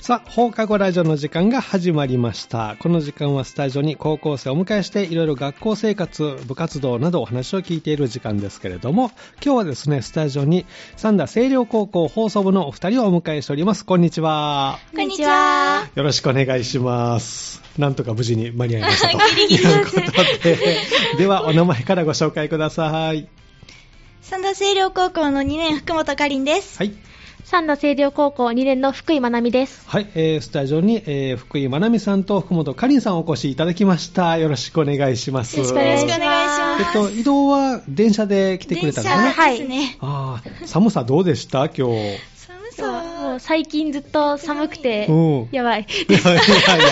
さあ、放課後ラジオの時間が始まりました。この時間はスタジオに高校生をお迎えして、いろいろ学校生活、部活動などお話を聞いている時間ですけれども、今日はですね、スタジオに三田清涼高校放送部のお二人をお迎えしております。こんにちは。こんにちは。よろしくお願いします。なんとか無事に間に合いましたと。いうことで、 ではお名前からご紹介ください。三田清涼高校の2年福本かりんです。はい。三田清涼高校2年の福井まなみです。はい、えースタジオに、えー福井まなみさんと福本かりんさんをお越しいただきました。よろしくお願いします。よろしくお願いしますえっと、移動は電車で来てくれたのかな電車ですね。ああ、寒さどうでした今日。寒もそう最近ずっと寒くてうん、やばい。いやや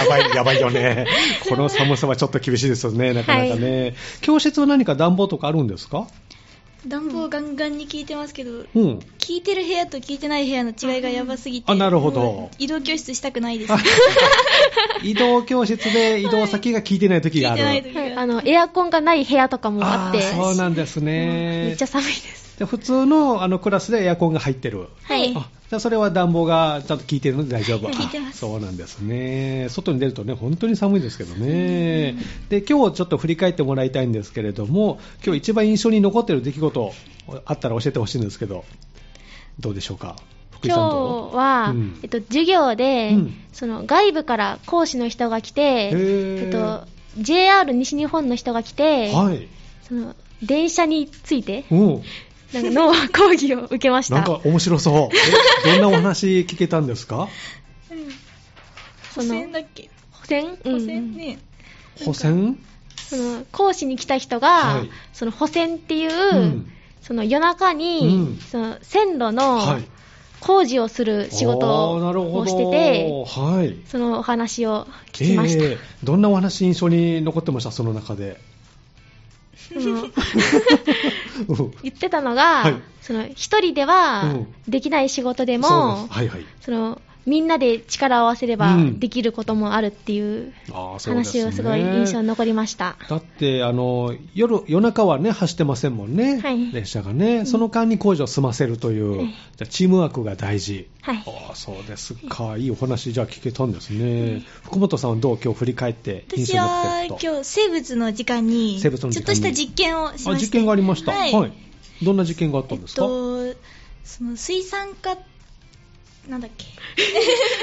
ば い、やばいよね。この寒さはちょっと厳しいですよね、なかなかね。教室は何か暖房とかあるんですかう。暖房ガンガンに効いてますけど、効うん。いてる部屋と効いてない部屋の違いがやばすぎて。あなるほどもう移動教室したくないです。あ移動教室で移動先が聞いてない時がある。 聞いてない時はいが。あの、エアコンがない部屋とかもあって、ーそうなんですめっねち。ゃ寒いです。で普通のあのクラスでエアコンが入ってる。はい。あじゃあそれは暖房がちゃんと効いてるので大丈夫。効いてますあそうなんですね。外に出るとね、本当に寒いですけどね。で、今日ちょっと振り返ってもらいたいんですけれども、今日一番印象に残っている出来事あったら教えてほしいんですけど、どうでしょうか。福井今さ日んと。は、うんえっと、授業で、うんその外部から講師の人が来て、ーえっと、JR 西日本の人が来て、はい。その電車についてうん。なんかの講義を受けましなんた。か面白そう。えどんなお話聞けたん ですかそ補の選だっけ補選補うんうん選ね。補選その講師に来た人が、はいその補選っていう、うんその夜中に、うんその線路の工事をする仕事あーなるほどをしてて、はい。そのお話を聞きました。ええどんなお話印象に残ってました、その中で。 その うん言ってたのが、はいその一人ではうんできない仕事そでうも、ですはいはい。そのみんなで力を合わせればうんできることもあるっていうああ、そうですね。話をすごい印象に残りました。だって、あの、夜、夜中はね、走ってませんもんね。はい列車がね。その間に工事を済ませるという。はいじゃあチームワークが大事。はいああ、そうですか。いいお話、じゃあ聞けたんですね。福本さんはどう今日振り返って印象に私残っはてると。今日生物の時間に、ち生ょっ物のと時間にした実験をしました。あ、実験がありました。はい。どんな実験があったえんっですか、と、その水酸化、なんだっけ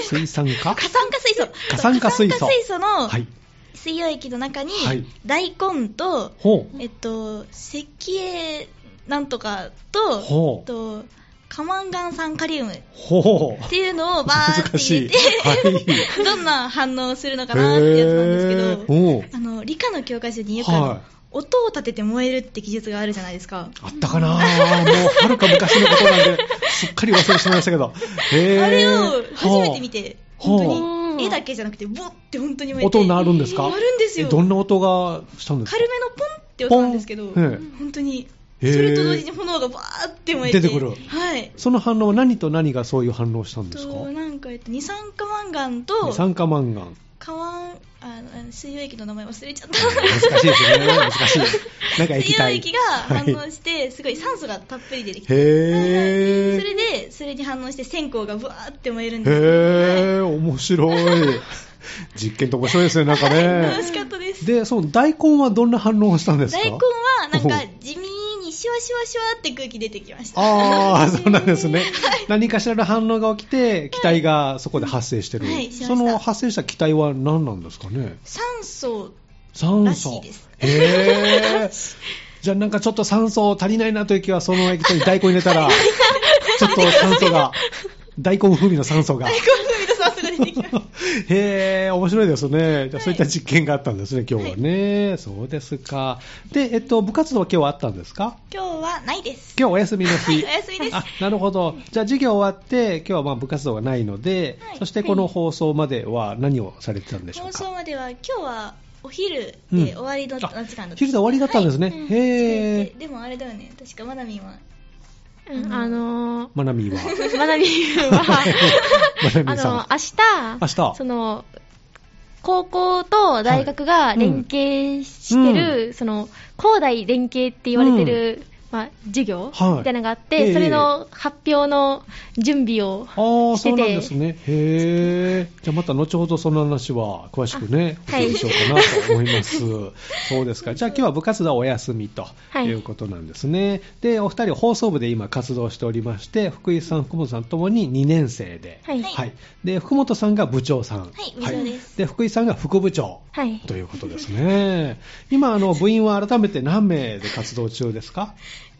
水酸化過酸化水素。過酸化水素過酸化水素のはい。水溶液の中にはい、大根と、ほう。えっと、石英なんとかと、ほうえっと、カマンガン酸カリウムっほう。ていうのをバー って難入しれい。て、はい。 どんな反応をするのかなってやつなんですけど、おうあの、理科の教科書によくあの、はい音を立てて燃えるって技術があるじゃないですか。あったかなもうはるか昔のことなんで、すっかり忘れてしまいましたけど。へーあれを初めて見。て、ほう本ほ当うに絵だけじゃなくて、ボって本当には燃あえて。音鳴るんですか鳴るんですよえどんな音がしたんですか軽めのポンって音なんですけど、ポンええ本当に、そへえれと同時に炎がバーって燃えて、出てくるはい。その反応は何と何がそういう反応をしたんですかとなんか、えっと、二酸化マンガン二と、酸化マンガン。カワン、あの、あの水溶液の名前忘れちゃっ難しいです ね。難しい。なんかた。液水溶体。液が反は応いして、すごい酸素がたっぷり出てきて、へそー。れで、それに反応して線香がブワーって燃えるんですよ。へー、面 白い。実験って面白いですね、なんか楽しね。かったです。で、その大根はどんな反応をしたんですか大根は、なんほかう、地味にシュワシュワシュワって空気出てきました。ああ、 そうなんですね。何かしらの反応が起きて、気体がそこで発生してる。はいしましたその発生した気体は何なんですかね酸素、酸らし素いです。へえ。 じゃあなんかちょっと酸素足りないなという気は、その液体に大根入れたら、ちょっと酸素 が、大根風味の酸素が。大根の水と酸素が出てきました。 へえ、面白いですね。じゃあはいそういった実験があったんですね、今日はね。そうですか。で、えっと、部活動は今日はあったんですか今日はないです。今日お休みのはい、お日。休みです。あなるほど、じゃあ授業終わって、今日はまあ部活動がないので、はいそしてこの放送までは何をされてたんでしょう放か、送までは、今日はお昼うんで終わりの時間だったんです。昼で終わりだったんですね、はいへでえ、でもあれだよね、確かまだみんは。うんあのー、まなみ は、まなみはいは、まなあみさんの、明日、明日その、高校と大学が連携してる、その、高大連携って言われてるまあ、授業、はいみたいなのがあっえて、えそれの発表の準備をあーしてそうなんでて、すね。へえ。じゃあまた後ほどその話は詳しくね、おあはい聞きしようかなと思い ます。そうですか。じゃあ今日は部活動はお休みとはいいうことなんですね。で、お二人放送部で今活動しておりまして、福井さん、福本さんともに2年生で、はいで、福本さんが部長さん。はい部長ですで、福井さんが副部長。はいということですね。今、あの、部員は改めて何名で活動中ですか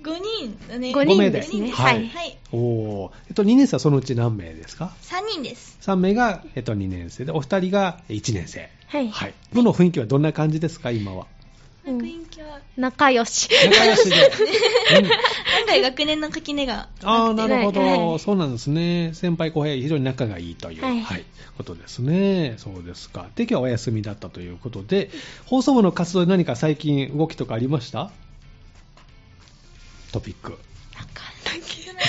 5人だね。五5名人でですねははいい。はい。おお。えっと、2年生はそのうち何名ですか3人です。 3名が、えっと、2年生で、お二人が1年生。はいはい。部の雰囲気はどんな感じですか、今は。うん学院教は、仲良し。 仲良しで。うん、今回学年の垣根がああ、なるほど、はいそうなんですね。先輩後輩、非常に仲がいいという、は、はいいことですね。そうですか。で、今日はお休みだったということで、放送部の活動で何か最近動きとかありましたトピック。なんか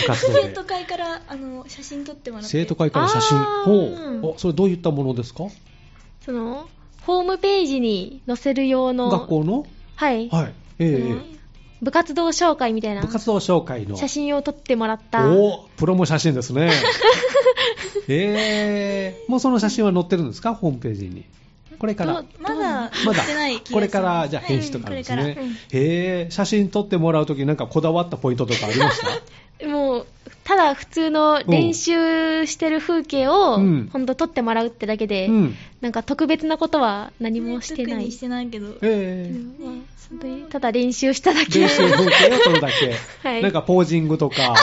部活動で生徒会からあの写真撮ってもらって生徒会から写真。あほーう。お、それどういったものですかその、ホームページに載せる用の、学校のはい、はい。ええうん部活動紹介みたいな部活動紹介の。写真を撮ってもらった、おープロモ写真 ですね。えー、もうその写真は載ってるんですか、ホームページに。これからど。まだままだだてない気がするこれから、じゃあはい編集とかあるんですこれねかれから。へー写真撮ってもらうとき、なんかこだわったポイントとかありましたもう、ただ普通の練習してる風景を、うんほんと撮ってもらうってだけで、うん。なんか特別なことは何らもしてな特い。にしてないけどえーうんまあ本当にただ練習しただけ。練 習風景を撮るだけ。はいなんかポージングとか。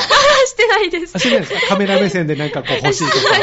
してないですあ。してないですかカメラ目線でなんかこう欲しいとか。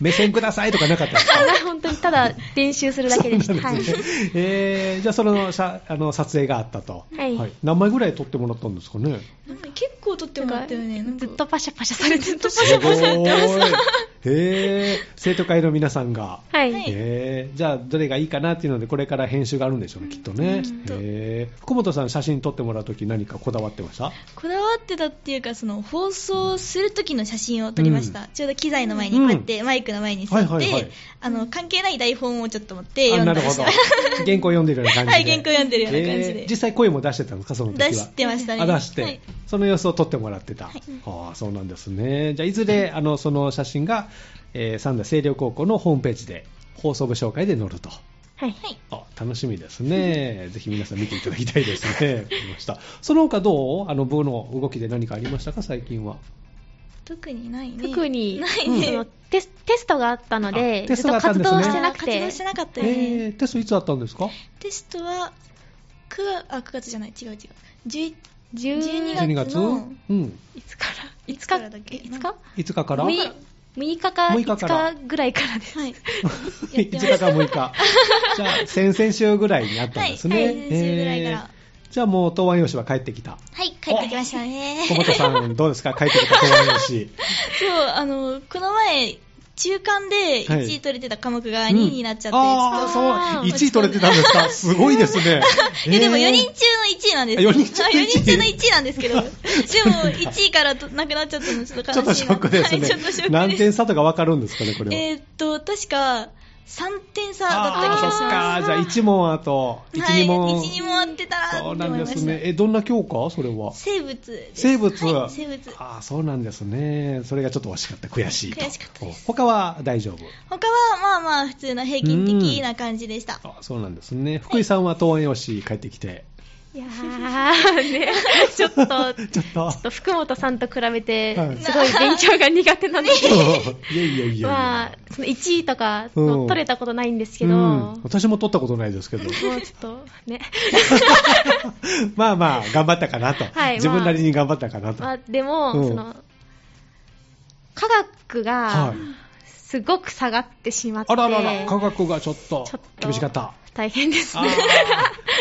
目線くださいとかなかったですか本当にただ練習するだけでしそた。うなはんでいすね。えーじゃあその写あの撮影があったと、はい何枚ぐらい撮ってもらったんですかねなんか結構撮ってもらったよねななんんかかずっとパシャパシャされてた。すごーいへー生徒会の皆さんが、はい。はいへーじゃあどれがいいかなっていうのでこれから編集があるんでしょうねきっとね、うんへー福本さん写真撮ってもらうとき何かこだわってましたこだわってたっていうかその放送する時の写真を撮りました、ちょうど機材の前にうこんうやってマイクの前に座って、はいはいはいあの関係ない台本をちょっと持ってあ読んなだるりほし どた原稿読んでるような感じではい原稿読んでるような感じへでー実際声も出してたんですかその時は出してましたねあ出して、はいその様子を撮ってもらってた、はいああそうなんですねじゃあいずれあのその写真が、えー三田清涼高校のホームページで放送部紹介で載るとはい。はいあ楽しみですね ぜひ皆さん見ていただきたいですねわかりましたその他どうあの部の動きで何かありましたか最近は特にないね特に、ないね、そのテステストがあったのあで、テストずっがあとったん活ですね動してなく活て動し、てなかったよね、えー、テストいつあったんですかテストは9月あ9月じゃない違う違う11 12 12 12月月月のうんいつからいいつつかからだっけいつか5日から ?6 日か六日から5日ぐらいからです。はいやっ5て日まかした6日。じゃあ、先々週ぐらいになったんですね。はいはい先々週ぐらいからーじゃあもう、東湾用紙は帰ってきた。はい帰ってきましたね小本さん、どうですか帰ってきた東湾用紙。そう、あの、この前、中間ではい1位取れてた科目うがん2位になっちゃって、あちょっあ、そう、1位取れてたんですかすごいです ね。といやでも4人えー中の1位なんです。あ四人中の一位あ四人中の1位な んですけど、でも1位からとなくなっちゃったのちょっと悲しいな。ちょっとショックですはいちょっとシね。ョック何です点差とかわかるんですかね、これは。えーっと、確か3点差だった気あがあ、しそまっす。か。じゃあ、1問あと、1、はい、 2問。 1、2問合ってたらそうとなん思いでましすた。ね。え、どんな教科それは。生物です。生物、はい、生物。ああ、そうなんですね。それがちょっと惜しかった。悔しいと。悔しかったです他は大丈夫。他はまあまあ普通の平均的な感じでした。あそうなんですね。福井さんは東園用紙帰ってき て。いやー、ね、 ちょっと、ちょちょっと。っと福本さんと比べてはい、すごい勉強が苦 手なので、いやいやいやいや。まあ、その1位とか、うん取れたことないんですけど、うもん私も取ったことないですけどうちょっと ね、まあまあ頑張ったかなと、はい自分なりに頑張ったかなと、まあ、でも、うんその、科学はがい、すごく下がってしまって、あららら科学がちょっとちょっと厳しかった大変ですあね。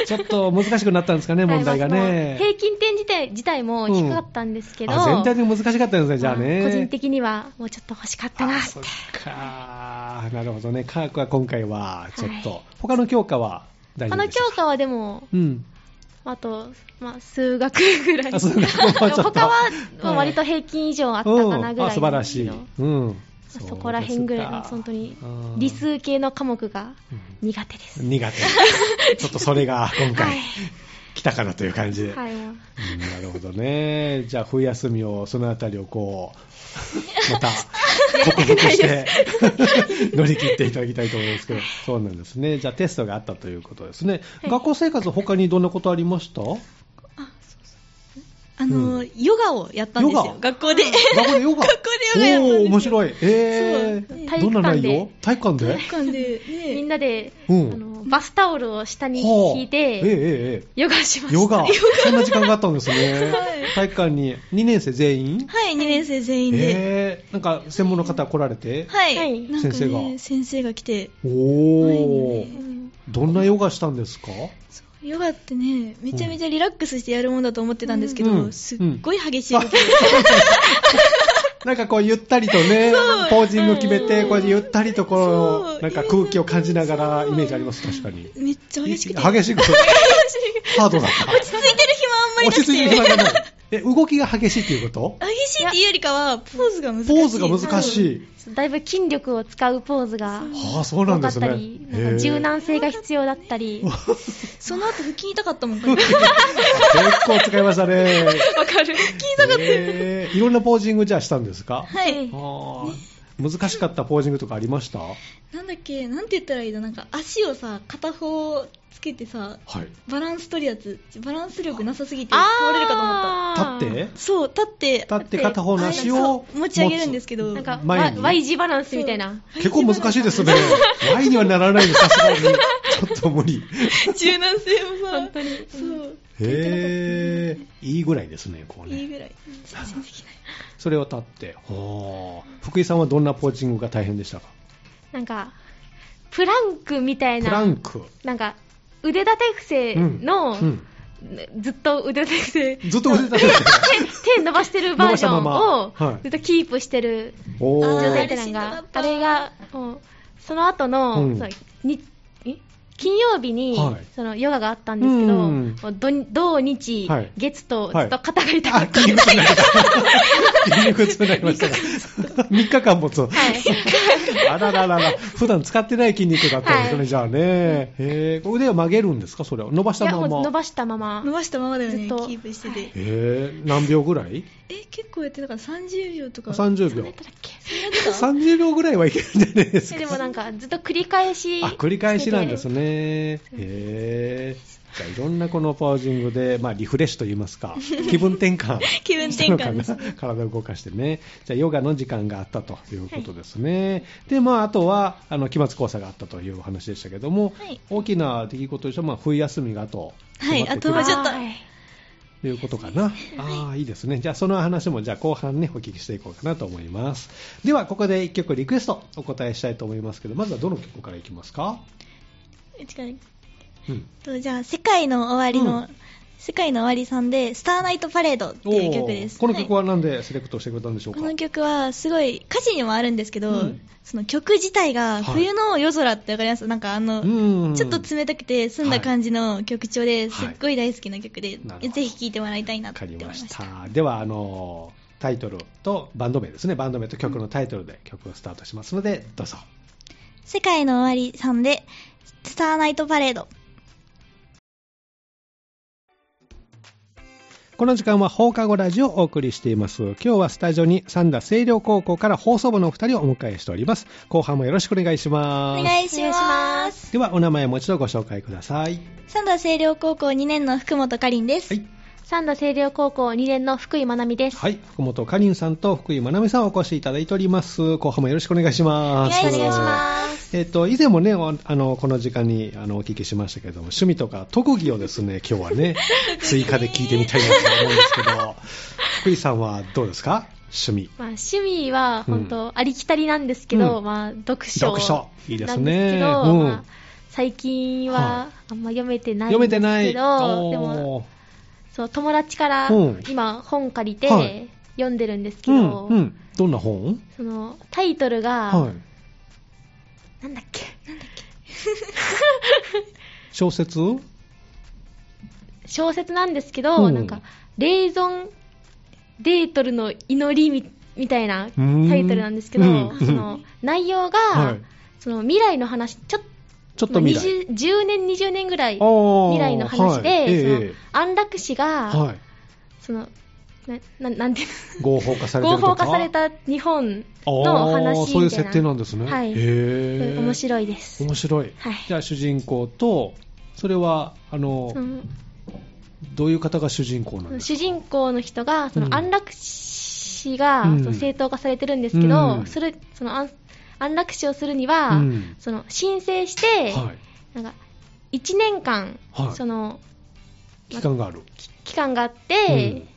ーちょっと難しくなったんです かね問題がはいまあそのね、平均点自体自体も低かったんですけど、あ全体で難しかったんですねじゃあね、まあ個人的にはもうちょっと欲しかったなあっそてっ。かなるほどね科学は今回はちょっと、はい他の教科は大丈こ夫のでした教科はでも、うんあと、まあ、数学ぐらい。あ数学はちょっと他は、まあ割と平均以上あったかなうぐんらあい素晴らしい、なんですうん、けどそこら辺ぐらいの、そう本ですか当にうん理数系の科目が苦手です。 苦手ちょっとそれが今回、来たかなという感じで。はい、もううんなるほどね。じゃあ、冬休みを、そのあたりをこう、また、克服して乗り切っていただきたいと思いますけど、そうなんですね。じゃあ、テストがあったということですね。学校生活、他にどんなことありましたあの、ヨガをやったんですヨよガ学校で学校でヨガ学校でヨガやったんですおよー面白い。えそうー、体育館でどんな内容体育館で体育館で、ね、 みんなで、うんあのバスタオルを下にほうえ引いえて、えええヨガしまえした。ヨガ。そんな時間があったんですねはい。体育館に2年生全員はい2年生全員で、えー、なんか専門の方来られて、はい、はいなんかね先生が先生が来ておお、うんどんなヨガしたんですかそうヨガってねめちゃめちゃリラックスしてやるものだと思ってたんですけど、うんすっごい激しい動き、なんかこうゆったりとね、ポージング決めて、こうやってゆったりとこそうう、なんか空気を感じながらイメージあります、確かに。めっちゃ激しくて激しく。ハードだった。落ち着いてる暇あんまりな落ちくて着いてる暇がない。え、動きが激しいっていうこと激しいっていうよりかはポーズが難しいポーズが難しいい。 だいぶ筋力を使うポーズがああ、そう多なんかでっすたね。り、なんか柔軟性が必要だったり、わその後腹筋痛かったもん結 結構使いましたね。かる。えーいろんなポージングじゃあしたんですかはいあー難しかったポージングとかありましたなんだっけなんて言ったらいいのなんか足をさ片方つけてさはい。バランス取るやつバランス力なさすぎてあー倒れるかと思っ立ってたそう立って立って片方の足をあれそう持ち上げるんですけど持つなんか、前に Y 字バランスみたいな。結構難しい ですね。Y にはならないですさすがに。ちょっと無 理。柔軟性もさ本当にそうへえ、いいぐらいですね、こういいね。ぐらい全然できないそれを立って。ほー福井さんはどんなポージングが大変でしたかなんか、プランクみたいプな。ランク。なんか、腕立て伏せうんの、うんずっと腕立て伏せ、ずっと腕立て伏手、手伸ばしてるバージョン 伸ばをしたままはいずっとキープしてる せ。おあ状ー態ーってあれなんしんどかがっ、たあれが、もうその後の、うんそのにえ金曜日に、はいそのヨガがあったんですけど、うんもう土土日、はい月と、はいずっと肩が痛かあっ、た。筋肉痛になりました。筋肉痛になりましたが。3日間持つ。はいあらららら。普段使ってない筋肉だったんですね、はいじゃあね。へー腕を曲げるんですかそれを。伸ばしいたや、まもうま。伸ばしたまま伸。ばしたままだよずねっキとープしてて、はいえー、何秒ぐらいえ結構やってたから30秒とか30秒だっ。けやってた30秒ぐらいはいけるんじゃないですえか。でもなんか、ずっと繰り返し。あ、繰り返しなんですね。へーじゃあいろんなこのポージングで、まあ、リフレッシュといいますか、気分転換気分転換ですしたのかな 体を動かしてね。じゃあ、ヨガの時間があったということですね。で、まあ、あとは、あの、期末講座があったというお話でしたけども、はい大きな出来事でしょ、まあ、冬休みがあと、は迫いってあくとるはちょっとはいということかな。ああ、いいですね。じゃあ、その話も、じゃあ、後半ね、お聞きしていこうかなと思います。では、ここで一曲リクエストお答えしたいと思いますけど、まずはどの曲からいきますかうちからうん。とじゃあ、世界の終わりの、うん世界の終わりさんで、スターナイトパレードっていう曲です。おーこの曲ははなんでセレクトしてくれたんでしょいうか、この曲は、すごい、歌詞にもあるんですけど、うんその曲自体はいが、冬の夜空ってわかります、なんかあの、うんちょっと冷たくて澄んだ感じの曲調ですっごい大好きな曲で、なるほどぜひ聴いてもらいたいわなってか思りいまましした。たではあのータイトルとバンド名ですねバンド名と曲のタイトルで曲をスタートしますのでどうぞ世界の終わりさんで、スターナイトパレード。この時間は放課後ラジオをお送りしています今日はスタジオに三田清涼高校から放送部のお二人をお迎えしております後半もよろしくお願いしおます願いしお願いしま。ますではお名前もう一度ご紹介ください三田清涼高校2年の福本かりんです。はい三田清涼高校2年の福井まなみです。はい、福本かりんさんと福井まなみさんをお越しいただいております。後半もよろしくお願いします。。お願いしますえっと、以前もね、おあの、この時間にあのお聞きしましたけれども、趣味とか特技をです ね、今日はね、追加で聞いてみたいなと思うんですけど、福井さんはどうですか趣味。まあ、趣味は本当ありきたりなんですけど、うんまあ、読書読書いいですねなんですけど、うんまあ、最近ははあんま読めてない読んめでてすない。けど、おーでもそう友達からうん今本借りてはい読んでるんですけうど、ん、うん。どんな本そのタイトルが、はい。なんだっけ小説う小説なんですけど、うんなんかレーゾンデートルの祈りみみたいなーんタイトルなんですけど、うんその内容が、はいその未来の話ちょっちょっと未来。まあ20 10年、20年ぐらいあー未来の話で、はいえそのえ安楽死が、はい。そのなななんていうの合法化されて合るとか法化された日本のおあー話そういうみたい設定なんですね。はいへうんー面白いです。面白い。はいじゃあ主人公と、それは、あの、うんどういう方が主人公なんですか主人公の人がそうんの安楽死が、うんその正当化されてるんですけど、うんそれその安安楽死をするには、うんその申請して、はい。なんか1年間、はいその期間がある。期間があっうてん、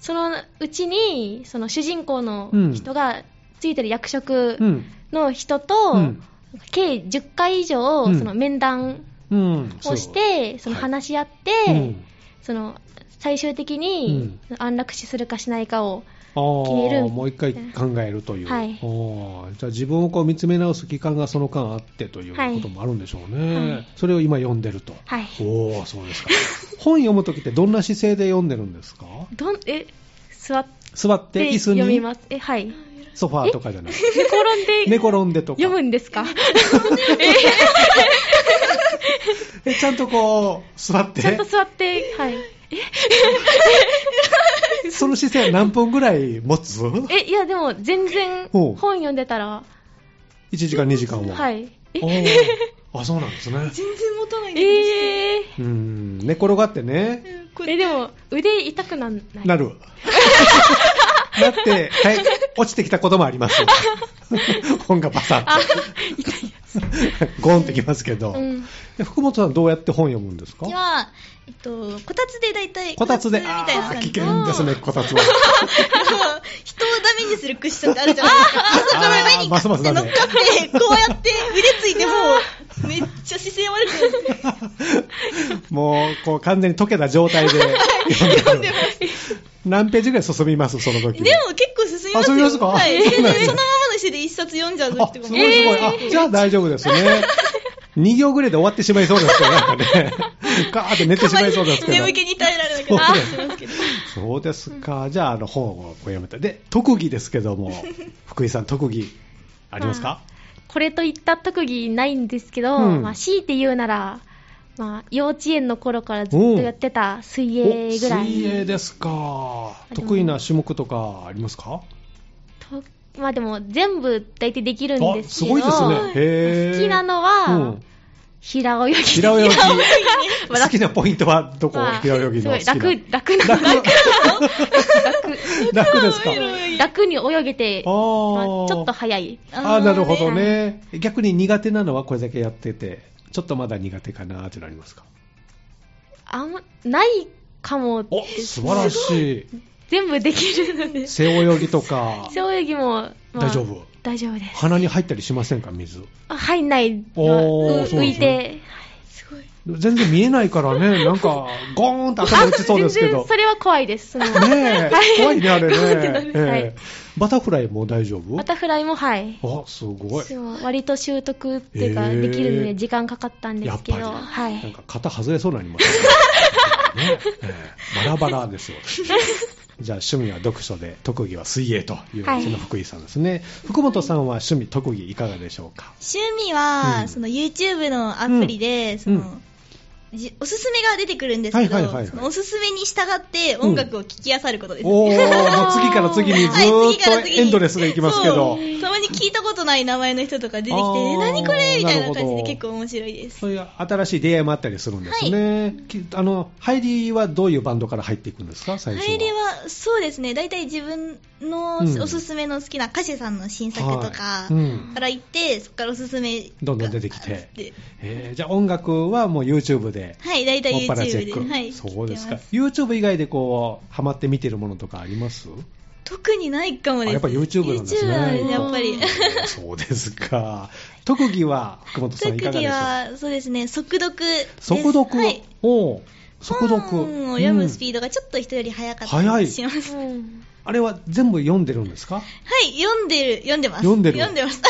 そのうちにその主人公のうん人がついてる役職うん。の人と、うん計10回以上、うんその面談うん。をして、その話し合って、うんその最終的に安楽死するかしないかを、あー決めるもう一回考えるという、はいおーじゃあ自分をこう見つめ直す期間がその間あってというはいこともあるんでしょうね、はいそれを今読んでると、はいおおそうですか本読むときってどんな姿勢で読んでるんですかどんえ座っ座ってて椅子読みにます。えはい。ソファーとかじゃなくて寝転んで寝転んでとか読むんですか。えちゃんとこう座っちゃんてと座ってはい。その姿勢何分ぐらい持つえいやでも全然おう本読んでたら ?1 時間2時間ははい。えおーあそうなんですね全然持たないんだけどえうーん寝転がってねうんこれえでも腕痛くなんない。なる。なって、はい、落ちてきたこともあります。本がバサあッと、ゴンってきますけど、うん。で福本さん、どうやって本読むんですか私は、えっと、こたつで大体、こたつで、みあたいなー感危じ険ですね、こたつは。あの人をダメにするクッションってあるじゃないですか。あそこの上にますます乗だっかっねて、こうやって腕ついてもう、めっちゃ姿勢悪くなる。 もう、こう、完全に溶けた状態で読んでる。何ページぐらい進みます、その時はでも結構進みますよ。あ進みますかはい。そう全なん然ですねそのままの姿勢で一冊読んじゃうあ、時すごいとかすも。ごい。あ、じゃあ大丈夫 ですね。2行ぐらいで終わってしまいそうですよ、なんかね。ガーって寝てしまいそうですけど。眠気に耐えられなくなってしまいますけど。そうですか。じゃあ、あの、本を読めた。で、特技ですけど も、福井さん、特技、ありますかこれといった特技ないんですけど、うんまあ強いて言うなら、まあ幼稚園の頃からずっとやってた水お泳ぐらい。水泳ですか。あでも得意な種目とかありますかとまあでも全部大体できるんあで、すすけど、ごいですね。へー好きなのは、うん平泳ぎ。平泳ぎ。ま好あきなポイントはどこまあ平泳ぎの好きすなごい楽、楽な楽楽、楽ですか。楽に泳げて、あまあーちょっと早い。あーなるほどあーね。逆に苦手なのはこれだけやってて、ちょっとまだ苦手かなーってなりますかあんま、ないかもお、素晴らしい。全部できるので。背泳 ぎとか。背泳ぎも、まあ大丈夫大丈夫です。鼻に入ったりしませんか水あ入んない。おーまあうそうなんで浮いすねて。すごい。全然見えないから ねなんかゴーンと頭打ちそうですけあ全ど然それは怖いで す。そのねえ怖いねあれね、はえいえバタフライも大丈夫バタフライもはい。あすごいでも割と習得っていうか、へーできるのに時間かかったんでやっすぱけり、ど、はなんい。か型外れそうになり ますねねええバラバラですよ じゃあ趣味は読書で特技は水泳というはいその福井さんですね、福本さんは趣味特技いかがでしょうか趣味うは、んその YouTube のアプリで、その、じおすすめが出てくるんですけど、はいはいはいはいそのおすすめに従って音楽を聴き漁ることです。おお、もう次から次にずはーいっ次からと次にエンドレスでいきますけど、そうたまに聞いたことない名前の人とか出てきあーて、え何これみたいななる感ほどじで結構面白いです。そういう新しい出会いもあったりするんですね、きあの入りはどういうバンドから入っていくんですか、最初は。入りは、そうですね、大体自分のうんおすすめの好きな歌手さんの新作とかはいうんから行って、そこからおすすめがどんどん出てきてあってえーじゃあ、音楽はもう YouTube で、はい、大体もっぱらチ YouTube ェック、で。はい、そうです聞いてかま、 YouTube 以外でこうハマって見てるものとかあり ます特にないかあもです。やっぱ YouTube なんですね、 YouTube はやっぱり。うんそうですか、特技は福本さん、いか特がで技しょうは、そうですね、速読です。速読、はい。おう速読本を読むスうんピードがちょっと人より早かった早いりします。はうんあれは全部読んでるんですかい、読んでる、読んでます。読んでる読んでます。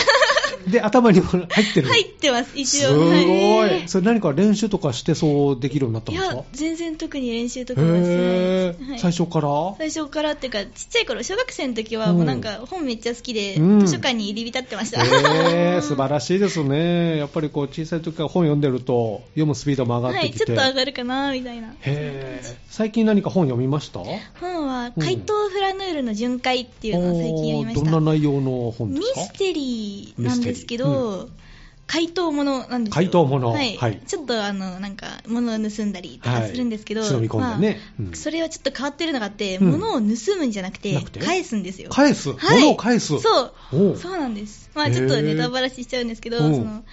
で、頭にも入ってる。入ってます、一す応。ご。はいそれ何か練習とかしてそうできるようになったいんですかや、全然特に練習とかはしてへないです。はーい最初から最初からっていうか、ちっちゃい頃、小学生の時うは、んもうなんか本めっちゃ好きで、うん図書館に入り浸ってました。えー、素晴らしいですね。やっぱりこう小さい時から本読んでると読むスピードも上がっはてい、きちょて。っと上がるかな、みたいな。へー最近何か本読みましたっ本は、うん怪盗フラヌールの巡回っていうのを最近読みました。どんな内容の本でミすかステリーなんですけど、怪盗ものなんですよ怪盗ものはい、はいちょっとあのなんか物を盗んだりとかするんですけど、はい忍び込んだねまあうんそれはちょっと変わってるのがあって、うん物を盗むんじゃなくてなくて返すんですよ返す、はい物を返す。そうおうそうなんですまあちょっとネタバラシしちゃうんですけどへーうんその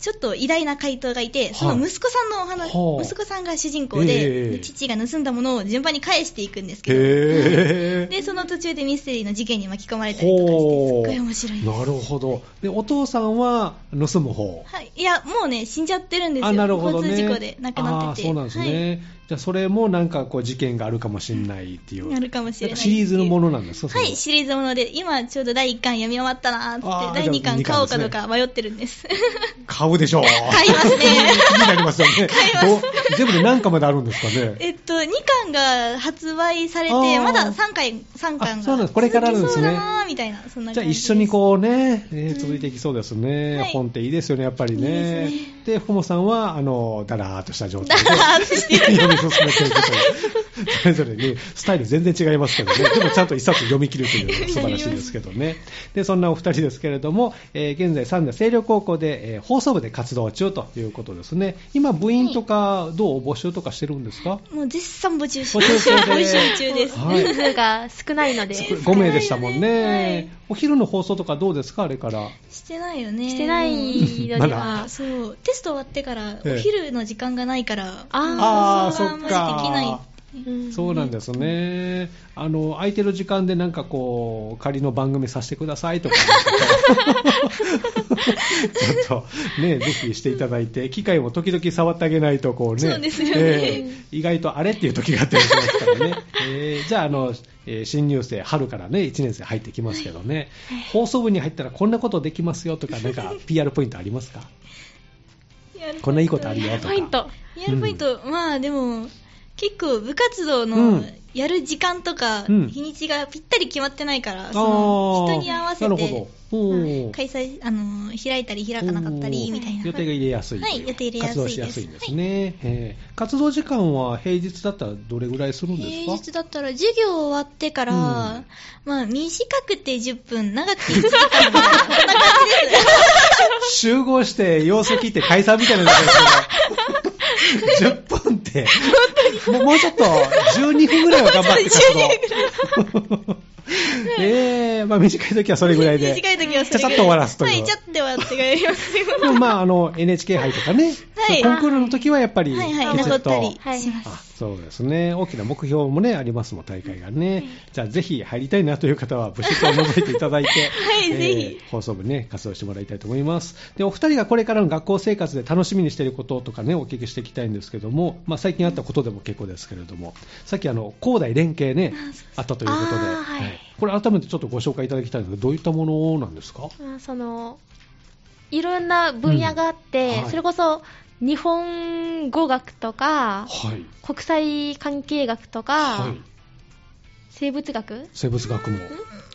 ちょっと偉大な怪盗がいて、その息子さんのお話、はあ息子さんが主人公ええで、で父が盗んだものを順番に返していくんですけど、へでその途中でミステリーの事件に巻き込まれーたりとかして、すっほごい面う白いです。なるほど。で、お父さんは盗む方。はい、いや、もうね、死んじゃってるんですよ、あ、なるほどね。交通事故で亡くなってあて、ーそうなんですね。じゃあ、それもなんかこう事件があるかもしれないっていう。はい、なるかもしれないんかシリーズのもののなんですかそはれい、シリーズもので、今、ちょうど第1巻読み終わったなーってあー、第2じゃあ巻二巻買おうかどうか迷ってるんです。 買うでしょう。買いますね。気になりますよね。どう全部で何巻まであるんですかね。えっと、2巻が発売されあて、ーまだ3巻、三あ巻そうなんでがすこれからあるんですね続きそうだなーみたいな、そんな感じじゃあで一す緒にこうね、えーうん続いていきそうですね、はい本っていいですよね、やっぱりね。いいで、ふもさんは、あの、だらーっとした状だ 態で。ーってしてる。読み進めていくという、それぞれね、スタイル全然違いますけど ね、でもちゃんと一冊読み切るというのが素晴らしいですけどね。で、そんなお二人ですけれども、えー現在三田清涼高校で、えー放送部で活動中ということですね。今、部員とか、どう募集とかしてるんですか、もう絶賛募集し募集中で 募集中です。はい人数が少ないので、すごい5名でしたもんね、はいお昼の放送とかどうですか、あれから。してないよね。してないのまでだはあ、そうテスト終わってからええお昼の時間がないから、あー放送があんまりできないうんそうなんですね、あの空いてる時間でなんかこう、仮の番組させてくださいとか、ちょっとね、ぜひしていただいて、機械も時々触ってあげないと、こうね、そうですよねええ意外とあれっていう時があったりしますからね、えーじゃああの、えー新入生、春からね、1年生入ってきますけどね、放送部に入ったらこんなことできますよとか、なんか PR ポイントありますか、やるこんないいことあるよとか。ポイント。やるポイント、まあでも結構部活動うのんやる時間とか、うん日にちがぴったり決まってないから、あそのー人に合わせなるほてどおー開催あの開いたり開かなかったりみたいな予定が入れやすいとうはい予定入れやすいです活動しやすいんですね、えー活動時間は平日だったらどれぐらいするんですか平日だったら授業終わってから、うんまあ短くて10分長くて1時間みたいなこんな感じです集合して様子切って解散みたいなのがです けど10分ってもうもうちょっと12分ぐらいは頑張って活動 えーまあ短い時 はそれぐらいで短い時はそちゃちゃれっとぐら終わらすというはい、ちゃって終わってやりますよ。でもまああの NHK 杯とかね、はいコンクールの時はやっぱりはいはい、きち残っっとたりはいします。あそうですね、大きな目標も、ね、ありますもん、大会がね、じゃあぜひ入りたいなという方は、部室を覗いていただいて、いぜひ放送部ね、活動してもらいたいと思います。で、お二人がこれからの学校生活で楽しみにしていることとかね、お聞きしていきたいんですけども、まあ、最近あったことでも結構ですけれども、さっきあの、高大連携ね、あったということで、あーはいこれ、改めてちょっとご紹介いただきたいんですけど、どういったものなんですかまあそのいろんな分野があって、うんはいそれこそ日本語学とかはい。国際関係学とか、はい。生物学生物学も。うん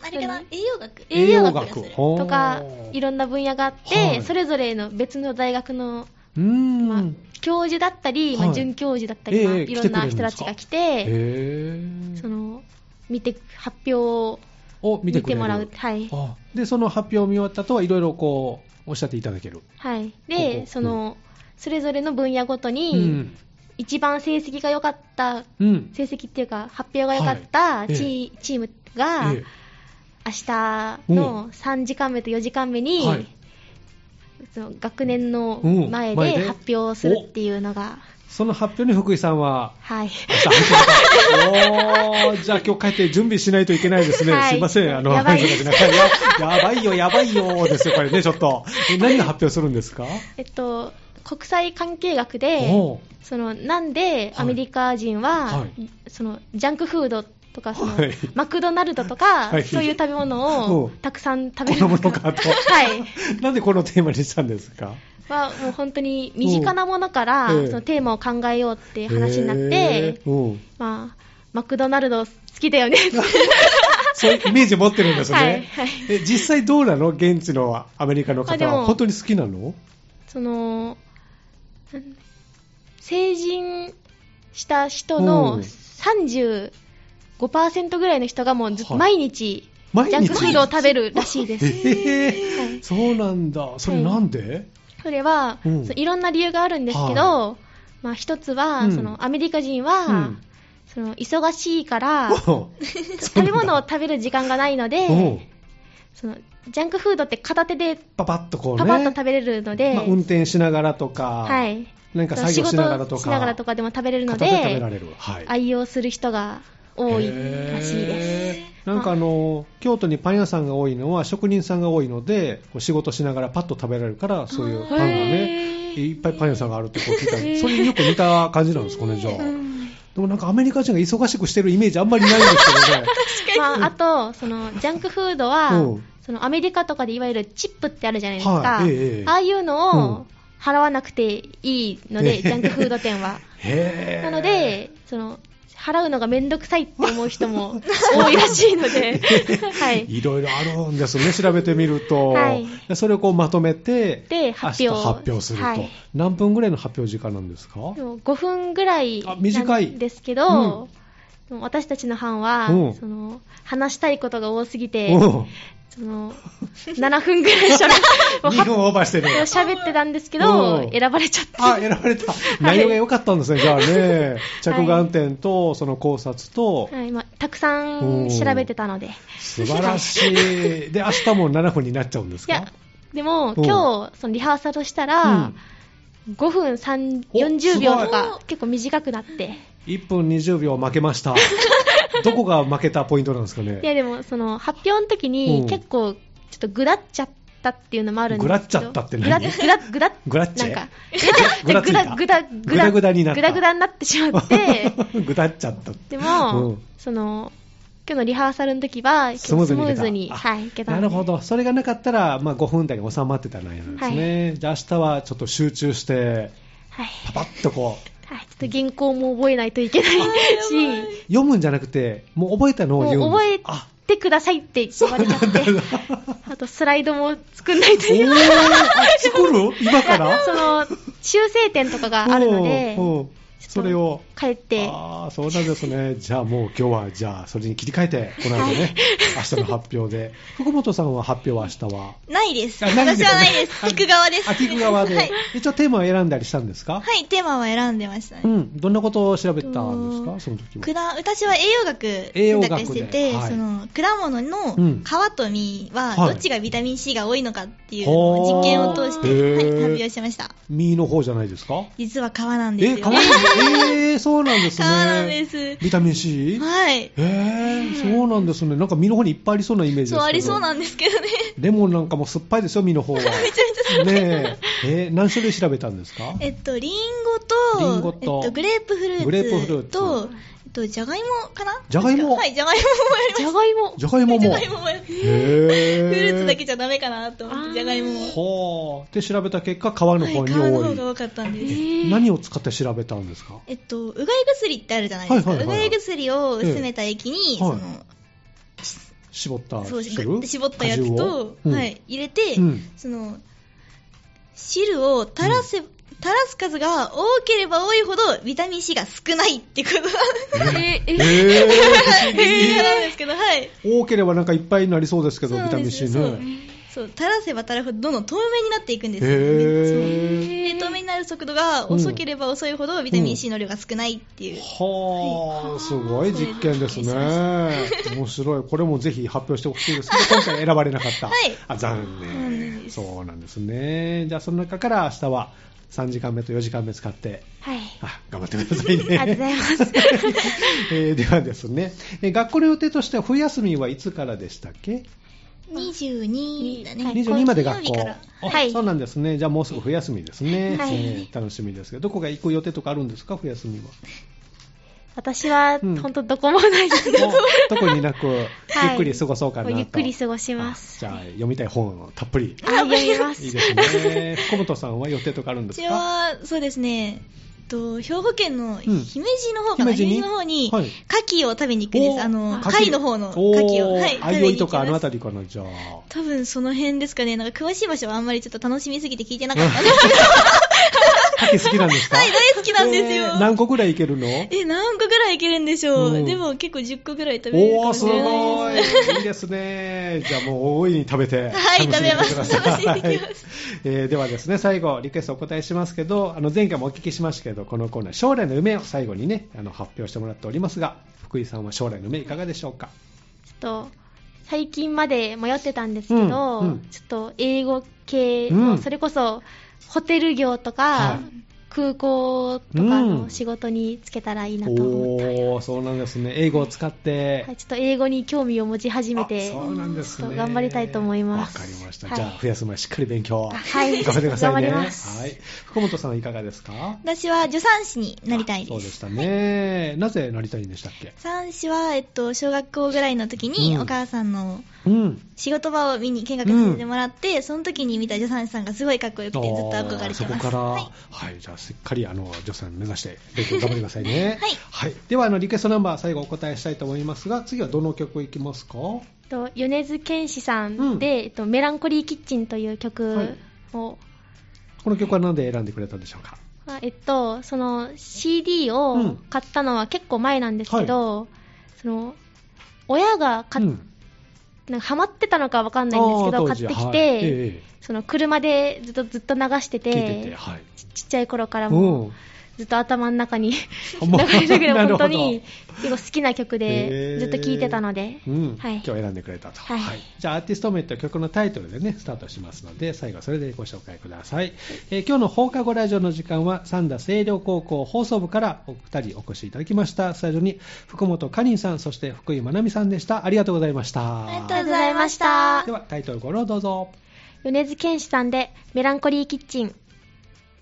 あれかな何栄養学栄養学ですほーとかいろんな分野があって、はいそれぞれの別の大学の、うーん。まあ教授だったり、まはあ、い准教授だったり、まあええいろんな人たちが来へて、ーその見て発表をを見見てくれてるもらう、はいあでその発表を見終わったとはいろいろこうおっしゃっていただける、はい、ほうほうでそのそれぞれの分野ごとうに、ん一番成績が良かったうん成績っていうか発表が良かったチ,、はいチームがえ明日うの3時間目と4時間目えに、はい、その学年のうん前前でで発表するっていうのが、その発表に福井さんははい、明日発表 だおーじゃあ今日帰って準備しないといけないですね、はいすいませんあのやばい話が長ややばいよやばいよですよこれねちょっとえ何を発表するんですか、 えっと国際関係学でおーそのなんでアメリカ人はは、いそのジャンクフードととか、そのはいマクドナルドとか、はいそういう食べ物をたくさん食べこるのんでもすのかがと。はい。なんでこのテーマにしたんですかはもう本当に身近なものからうんええそのテーマを考えようって話になってへ、ーうん、まあ、マクドナルド好き だよねってそういうイメージ持ってるんですね。はいはいえ実際どうなの現地のアメリカのあで方はも本当に好きなのそのなん成人した人のうん35%ぐらいの人がもうずっとはい毎日ジ毎ャン日クフードを食べるらしいです。へーはいそうなんだ。それなんで、それは、うんそういろんな理由があるんですけど、はまあ、一つは、うんそのアメリカ人は、うんその忙しいからおうそう食べ物なをんだ食べる時間がないのおうでそのジャンクフードって片手でパパッとこうね。パパッと食べれるので、まあ、運転しながらとか、はい、なんか作業しながらと仕事か、しながらとかでも食べれるの片手で食べらでれる。はい。愛用する人が多いらしいです。へーなんかあの、京都にパン屋さんが多いのは職人さんが多いので、こう仕事しながらパッと食べられるから、そういうパンがね、へーいっぱいパン屋さんがあるってこう聞いたんでそれによく似た感じなんですかね、じゃあ。でもなんかアメリカ人が忙しくしてるイメージあんまりないんですけ どね。まあ、あとそのジャンクフードうはんそのアメリカとかでいわゆるチップってあるじゃないですか、はいええええああいうのうんを払わなくていいのえで、えジャンクフード 店は。へーなの、でその払うのがめんどくさいって思う人も多いらしいの で、はい、いろいろあるんですね、調べてみると。はいでそれをこうまとめて、で発表明日発表すると、はい何分ぐらいの発表時間なんですかでも5分ぐらいあ短いなんですけど、でも私たちの班は、うんその話したいことが多すぎて、おうその7分ぐらいしゃ べもう2分オーバーしてる。喋ってたんですけうどん、選ばれちゃった。あ、選ばれた。内容が良かったんですね、じゃあね。着眼点と、その考察と、はい、まあ、たくさん調べてたので。い素晴らしい。で、明日も7分になっちゃうんですかや、でも、うん今日、そのリハーサルしたうらん、 5分3お40秒とすか、結構短くなって。 1分20秒負けました。どこが負けたポイントなんですかいね。や、でも、その、発表の時うんに、結構、ちょっとぐだっちゃったっていうのもあるんですけど。ぐらっちゃったって何ぐらぐらぐらぐらっちゃなんか、ぐらついぐただぐだぐだぐだになったぐだぐだになってしま って、ぐだっちゃった。でも、うんその今日のリハーサルの時はスムーズにいけたあスムーズにはい、いけたなのでるほど、それがなかったら、まあ、5分台に収まってた内容なんですね、じゃあ明日はちょっと集中して、はい、パパッとこう、はい、ちょっと原稿も覚えないといけない し読むんじゃなくて、もう覚えたのをも言うんうです覚えあてくださいって言われちゃって あとスライドも作んないとおいーけあない作る 今かやらその修正点とかがあるのでうんうんそれを。帰ってああ、そうなんですね。 じゃあもう今日は、じゃあそれに切り替えて、この後ね、明日の発表で。福本さんは発表は明日はないです。あないん私ですねはないです。聞く側です。あ、聞く側で。はい。一応テーマを選んだりしたんですかはい、テーマは選んでましたね。うん、どんなことを調べたんですか、その時果は。私は栄養学栄養選学で択してて、はいその果物のうん皮と実ははいどっちがビタミン C が多いのかっていうのを実験を通して、ほーはいへー発表しましたミーの方じゃないですか。実は皮なんでえ、すかよわいい。えー、そうなんですね。皮なんですビタミン C。はいえー、そうなんですね。なんか実の方にいっぱいありそうなイメージですけそどうありそうなんですけどねレモンなんかも酸っぱいですよ、実の方 は。めちゃめちゃ酸っぱい。ねえ。えー何種類調べたんですかえっとリンリンゴゴととえっと、グレープフルーツグレープフルーツと、えっと、じゃがいもかなじゃがいもはいじゃがいももやりじまゃしがいもじゃがいもたじゃも。がへいももやりましたえフルーツだけじじゃダメかなと思っあーてじゃがいももはあ。で、調べた結果、皮のはい方皮にの多方い。が多かったんえですー何を使って調べたんですかえっと、うがい薬ってあるじゃないですか、はいはいはいはいうがい薬を薄めた液に、ええそのはい絞ったそう汁ぐって絞ったやつ果汁とを、うんはい、入れて、うんその汁を垂らせ、垂らす数が多ければ多いほどビタミン C が少ないっ てことええーえ ー、なんですけど、はい、多ければなんかいっぱいになりそうですけど、そビうなんタミンです C よね。そう垂らせば垂らすほどどんどん透明になっていくんですよ、へで透明になる速度が遅ければ遅いほどビタミン C の量が少ないっていう、はあ、すごい実験ですねそ。面白い。これもぜひ発表してほしいですけど、今回選ばれなかった。はいあ、残うん念。そうなんですね。じゃあ、その中から明日は3時間目と4時間目使って、はいあ、頑張ってくださいありがとうごね。ざい ます。 えーではですね、えー学校の予定としては冬休みはいつからでしたっけ22だね、はい22まで学金校曜日から。あはいそうなんですね。じゃあもうすぐ冬休みですね。はいえー楽しみですけど、どこが行く予定とかあるんですか、冬休みは。私は、うん本当どこもないですね。もう特になく、ゆっくり過ごそうかなと。ゆっくり過ごします。あじゃあ、読みたい本をたっぷり。あ、読みます。いいです ね。小本さんは予定とかあるんですちかは、そうですね、と兵庫県の姫路の方かな、姫路に姫路の方に、はい牡蠣を食べに行くんです。あの、貝の方の牡蠣を。はい、食べ相に生行ときかあのます。辺りかな、じゃあ。多分その辺ですかね。なんか詳しい場所はあんまりちょっと楽しみすぎて聞いてなかった んで、牡蠣好きなんですか はい、大好きなんですよ。えー何個ぐらいいけるのえ、何個ぐらいいけるんでしょう、うんでも結構10個ぐらい食べれるかおもー、すしれないごい。いいですね。じゃあもう大いに食べて。 はい楽しんでくださ食べます楽しんできますはい えーではですね、最後、リクエストお答えしますけど、あの、前回もお聞きしましたけど、このコーナー、将来の夢を最後にね、あの、発表してもらっておりますが、福井さんは将来の夢いかがでしょうかちょっと最近まで迷ってたんですけど、うんうんちょっと英語系うの、んそれこそホテル業とか、はい空港とかの仕事につけたらいいなと思って、おー、そうなんですね。英語を使って。はい、ちょっと英語に興味を持ち始めて、あそうなんですちょね。っと頑張りたいと思いますわかりました。はいじゃあ、増やす前、しっかり勉強。は頑い張ってくださいね。頑張りますはい。福本さんはいかがですか私は助産師になりたいです。そうでしたね。なぜなりたいんでしたっけ助産師は、えっと、小学校ぐらいの時に、うんお母さんのうん。仕事場を見に見学させてもらって、その時に見た助産師さんがすごいかっこよくてずっと憧れてますそこから、は。はいい、じゃあ、しっかり、あの、助産目指して、勉強頑張ってくださいねはいはい。では、あの、リクエストナンバー、最後お答えしたいと思いますが、次はどの曲いきますかと米津玄師さんで、えっと「メランコリーキッチン」という曲を、この曲は何で選んでくれたんでしょうかあえっとその CD を買ったのは結構前なんですけど、その親が買っうんなんかハマってたのかわかんないんですけあど、ー買当時ってきはいて、えその車でずっとずっと流してえて、聞いてて、はい。ちちっちゃい頃からうもん。ずっと頭の中 にあ流もうれてくる、なるほ本ど当に結構好きな曲へでーずっと聴いてたので、うんはい今日選んでくれたと、はいじゃあアーティスト名と曲のタイトルでねスタートしますので最後はそれでご紹介ください、えー今日の放課後ラジオの時間は三田清涼高校放送部からお二人お越しいただきましたスタジオに福本かりんさんそして福井まなみさんでしたありがとうございましたありがとありがとうございましたで。はタイトルご覧どうぞ米津玄師さんでメランコリーキッチン。